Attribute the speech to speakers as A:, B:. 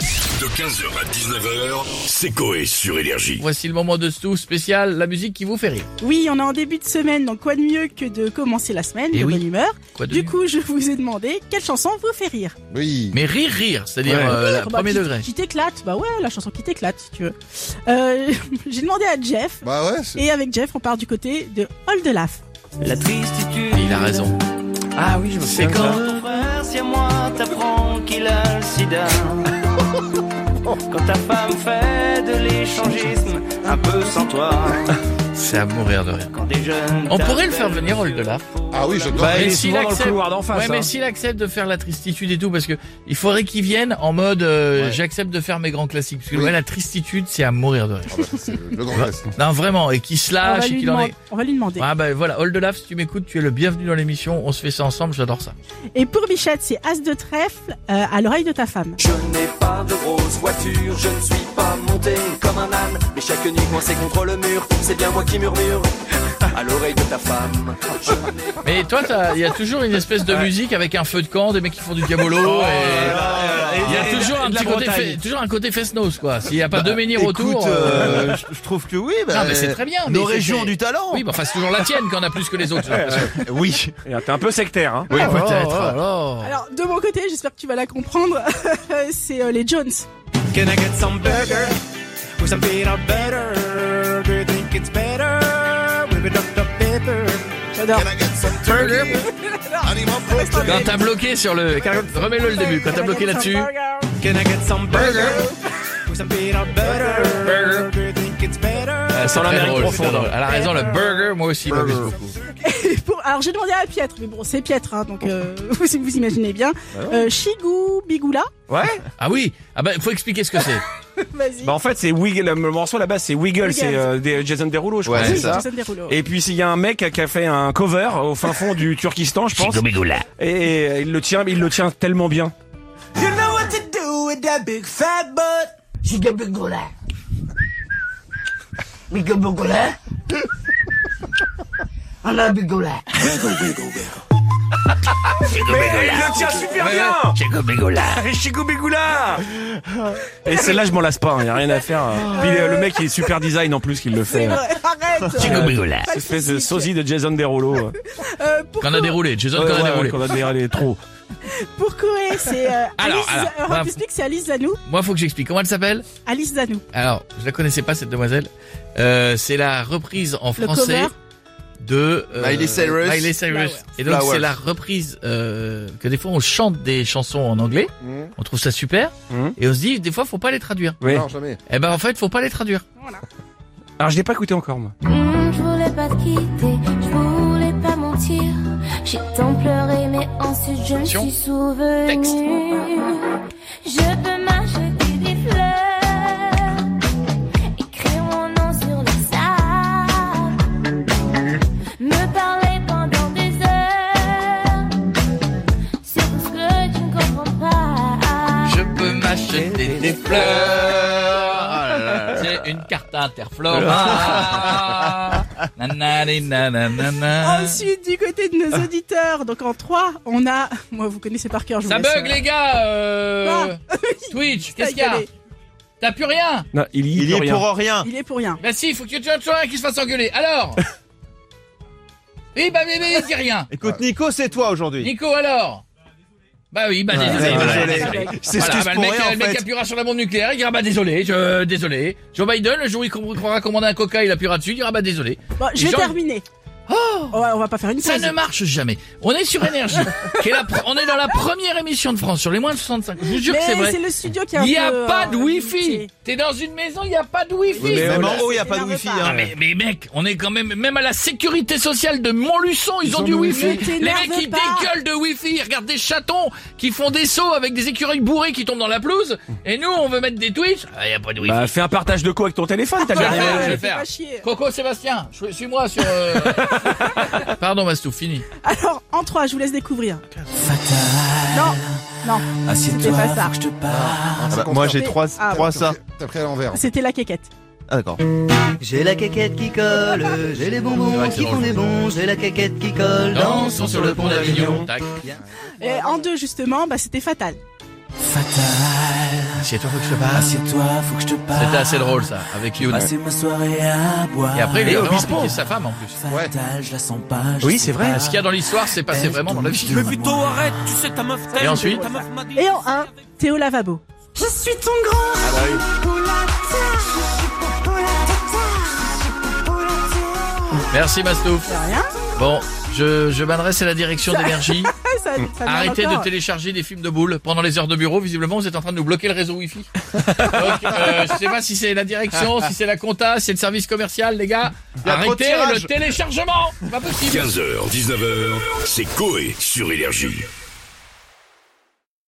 A: De 15h à 19h, c'est Coé sur Énergie.
B: Voici le moment de Stou spécial, la musique qui vous fait rire.
C: Oui, on est en début de semaine, donc quoi de mieux que de commencer la semaine
B: Eh
C: de
B: oui.
C: bonne humeur.
B: Quoi de
C: Du
B: mieux
C: coup, je vous ai demandé quelle chanson vous fait rire.
D: Oui.
B: Mais rire, rire, c'est-à-dire
D: Ouais.
B: euh, la-
C: Bah,
B: premier
C: qui,
B: degré.
C: Qui t'éclate Bah ouais, la chanson qui t'éclate, si tu veux. Euh, J'ai demandé à Jeff,
D: Bah ouais, c'est-
C: et avec Jeff, on part du côté de Hold the Laugh.
E: La tristitude.
B: Il a raison.
E: Ah oui, je me
B: souviens
E: C'est
B: de ça.
E: quand ton frère, c'est moi, t'apprends qu'il a le sida. quand ta femme fait de l'échangisme, un peu sans toi.
B: C'est à mourir de rire.
E: Quand des jeunes.
B: On pourrait le faire
E: t'appellent
B: venir,
E: sur
B: Oldelaf.
E: le
D: Ah oui, j'adore.
F: Bah, il
B: Mais
F: est
B: s'il
F: souvent dans le
B: accepte-
F: couloir d'en face.
B: ouais, mais
F: hein.
B: s'il accepte de faire la tristitude et tout, parce que il faudrait qu'il vienne en mode euh,
D: Ouais.
B: j'accepte de faire mes grands classiques. Parce que
D: Oui.
B: ouais, la tristitude, c'est à mourir de rire.
D: Ah bah, c'est le grand classique.
B: Non, vraiment, et qu'il se
C: on, va
B: lâche et
C: lui
B: Ah, qu'il en
C: demander-
B: est.
C: on va lui demander.
B: Ah bah voilà, Oldelaf, si tu m'écoutes, tu es le bienvenu dans l'émission. On se fait ça ensemble, j'adore ça.
C: Et pour Bichette, c'est As de trèfle euh, à l'oreille de ta femme.
G: Je n'ai pas de grosse voiture, je ne suis pas monté comme un âne. Mais chaque nuit coincé contre le mur, c'est bien moi qui murmure à l'oreille de ta femme. Je n'ai
B: Mais toi, t'as- il y a toujours une espèce de musique avec un feu de camp, des mecs qui font du
H: Oh,
B: diabolo. et... Il y a toujours un,
F: de la
B: petit côté
F: Bretagne.
B: fait- toujours un côté fesnos, quoi. S'il n'y a pas deux menhirs autour.
H: Bah, Écoute,
B: euh,
H: euh, je- je trouve que oui. Bah,
B: Non, mais c'est très bien. mais
H: Nos
B: c'est-
H: régions
B: c'est-
H: du talent.
B: Oui, mais enfin, c'est toujours la tienne qu'on a plus que les autres. j'ai l'impression.
H: Oui.
F: Et T'es un peu sectaire, hein.
H: Oh,
B: Ah, peut-être.
C: Alors, de mon côté, j'espère que tu vas la comprendre, c'est euh, les Jones.
E: Can I get some burger? With some peanut butter. Do you think it's better? With a Dr. Pepper.
C: J'adore.
B: Quand t'as bloqué sur le. Remets-le le début. Quand t'as bloqué là-dessus.
E: Can I get some burger? With some peanut butter. Do you think it's better?
B: euh, c'est
F: Sans
B: très
F: l'Amérique
B: drôle,
F: profonde.
B: c'est drôle. Elle a raison, le burger, moi aussi, m'amuse
H: Burger.
B: beaucoup.
C: Et pour- alors j'ai demandé à Pietre, mais bon c'est Pietre, hein, donc euh, vous, vous imaginez bien.
F: Ah
C: Euh, Chigou Bigoula,
F: Ouais.
B: Ah oui, ah bah, faut expliquer ce que c'est.
C: vas-y.
F: Bah en fait, c'est Wiggle. Le morceau là-bas, c'est Wiggle,
C: Wiggle.
F: c'est euh, des- Jason Derulo, je crois.
H: Ouais,
F: c'est
C: oui,
F: ça.
C: Jason Derulo.
F: Et puis s'il y a un mec qui a fait un cover au fin fond du Turkestan, je pense. Et, et il le tient, il le tient tellement bien.
E: You know what to do with that big fat butt.
I: We go Bugula. We go Bugula. I love Bugula.
F: Mais il le tient super bien. Chico Bégoula Et celle-là, je m'en lasse pas, il y a rien à faire. Puis euh, le mec, il est super design en plus qu'il le
C: C'est
F: fait.
C: vrai, arrête.
F: Cette espèce de sosie de Jason Derulo.
C: Euh, pour,
B: Qu'on a déroulé, Jason, qu'on a déroulé.
F: Qu'on a déroulé trop.
C: pour Koé, c'est euh,
B: Alors,
C: Alice.
B: alors,
C: alors,
B: bah-
C: on t'explique, c'est Alice Zanou.
B: Moi, faut que j'explique. Comment elle s'appelle
C: Alice Zanou.
B: Alors, je la connaissais pas, cette demoiselle. Euh, c'est la reprise en
C: Le
B: français.
C: cover. Bah
B: de euh,
H: Miley Cyrus.
B: Miley Cyrus.
C: Flowers.
B: Et donc
H: Flowers.
B: c'est la reprise euh, que des fois on chante des chansons en anglais,
D: Mhm.
B: on trouve ça super,
F: Mhm.
B: et on se dit des fois faut pas les traduire.
F: Oui.
D: Non, jamais.
B: Eh ben en fait faut pas les traduire.
F: Alors, je l'ai pas écouté encore, moi.
J: Hum, je voulais pas te quitter, je voulais pas mentir. J'ai tant pleuré, mais ensuite je me suis souvenue.
B: Texte.
J: Je peux m'acheter des fleurs, écrire mon nom sur le sable, me parler pendant des heures sur tout ce que tu ne comprends pas.
B: Je peux m'acheter des fleurs. Oh là là. C'est une carte Ah. interflora. Nanani,
H: Euh.
B: nananana.
C: Ensuite, du côté de
H: Ah.
C: nos auditeurs, donc en 3, on a. Moi, vous connaissez par cœur, je Ah. vous
B: Ça
C: laisse,
B: bug
C: euh,
B: les gars. Euh... Twitch, qu'est-ce qu'il y a
C: gueuler.
B: T'as plus rien
F: Non, il y
H: Il y
F: peut
H: est
F: rien.
H: pour rien.
C: Il est pour rien.
B: Bah si, faut que tu tues un qui se fasse engueuler. Alors Oui, bah mais, mais dis rien.
H: Écoute, Nico, c'est toi aujourd'hui.
B: Nico, alors Bah oui, bah désolé.
H: Ouais,
B: bah,
H: désolé.
B: désolé.
H: Il s'excuse
B: Voilà, bah, le
H: pour
B: mec,
H: rien,
B: euh,
H: en
B: le mec
H: fait.
B: appuiera sur la bombe nucléaire, il dira bah désolé, je, désolé. Joe Biden, le jour où il com- croira commander un coca, il appuiera dessus, il dira bah désolé.
C: Bon, je vais
B: Jean-
C: terminer. Oh, ouais, on va pas faire une
B: Ça
C: pause.
B: ne marche jamais. On est sur Énergie, qui est la pr- on est dans la première émission de France sur les moins de 65. Je vous jure que c'est
C: Mais
B: vrai.
C: c'est le studio qui a un
B: Il n'y a
C: peu, euh,
B: pas de
C: limité.
B: wifi. T'es dans une maison, il n'y a pas de wifi.
F: Oui, mais
H: Même
F: oh
H: en
F: là,
H: haut, il n'y a
C: c'est
H: pas de
C: énorme
H: wifi. hein.
C: pas.
B: Ah, mais, mais mec, on est quand même, même à la sécurité sociale de Montluçon, ils, ont, du wifi.
C: Ne
B: Les mecs,
C: t'énerve
B: ils
C: pas.
B: dégueulent de wifi, ils regardent des chatons qui font des sauts avec des écureuils bourrés qui tombent dans la pelouse. Et nous, on veut mettre des Twitch. Ah, y a pas de wifi.
F: Bah, fais un partage de co avec ton téléphone, t'as bien
B: Je vais
F: raison.
B: faire, je vais
C: fais
B: faire.
C: pas chier.
B: Coco Sébastien, je- suis-moi sur, euh, Pardon, Mastou, fini.
C: Alors, en 3, je vous laisse découvrir. Non, non, c'était pas ça.
H: Ah bah, moi, j'ai trois,
C: Ah,
H: trois ça.
D: T'as pris à l'envers.
C: C'était la quéquette.
H: Ah, d'accord.
I: J'ai la caquette qui colle, j'ai les bonbons
B: Ouais, c'est
I: qui font
B: drôle.
I: les bons, j'ai la caquette qui colle.
B: Dansons sur le pont d'Avignon. Tac.
C: Et en 2, justement, bah, c'était fatal.
B: Assieds-toi, faut que je te parle.
G: Assieds-toi, faut que je te parle.
B: C'était assez drôle, ça, avec Youn.
G: Passer ma soirée à boire.
B: Et après, il
G: Et
B: a
G: au
B: vraiment
G: bistrot.
B: piqué sa femme, en plus.
G: Fatal, je la sens pas. je
K: Oui,
G: sais
K: c'est vrai.
G: pas.
B: Ce qu'il y a dans l'histoire, c'est passé
G: Elle
B: vraiment dans la vie.
G: tombe sur moi.
K: arrête, tu sais, ta meuf
B: Et ensuite
C: Et en 1, Théo Lavabo.
L: Je suis ton grand
B: Merci, Mastouf.
C: C'est rien.
B: Bon, je, je m'adresse à la direction d'énergie.
C: Ah, ça-
H: Hmm.
C: ça vient
B: Arrêtez de
C: encore.
B: télécharger des films de boules pendant les heures de bureau. Visiblement, vous êtes en train de nous bloquer le réseau Wi-Fi. Donc, euh, je sais pas si c'est la direction, si c'est la compta, si c'est le service commercial, les gars.
M: y a trop de
B: Arrêtez le
M: tirages.
B: téléchargement. C'est Pas possible.
A: 15h, 19h, c'est Coé sur Énergie.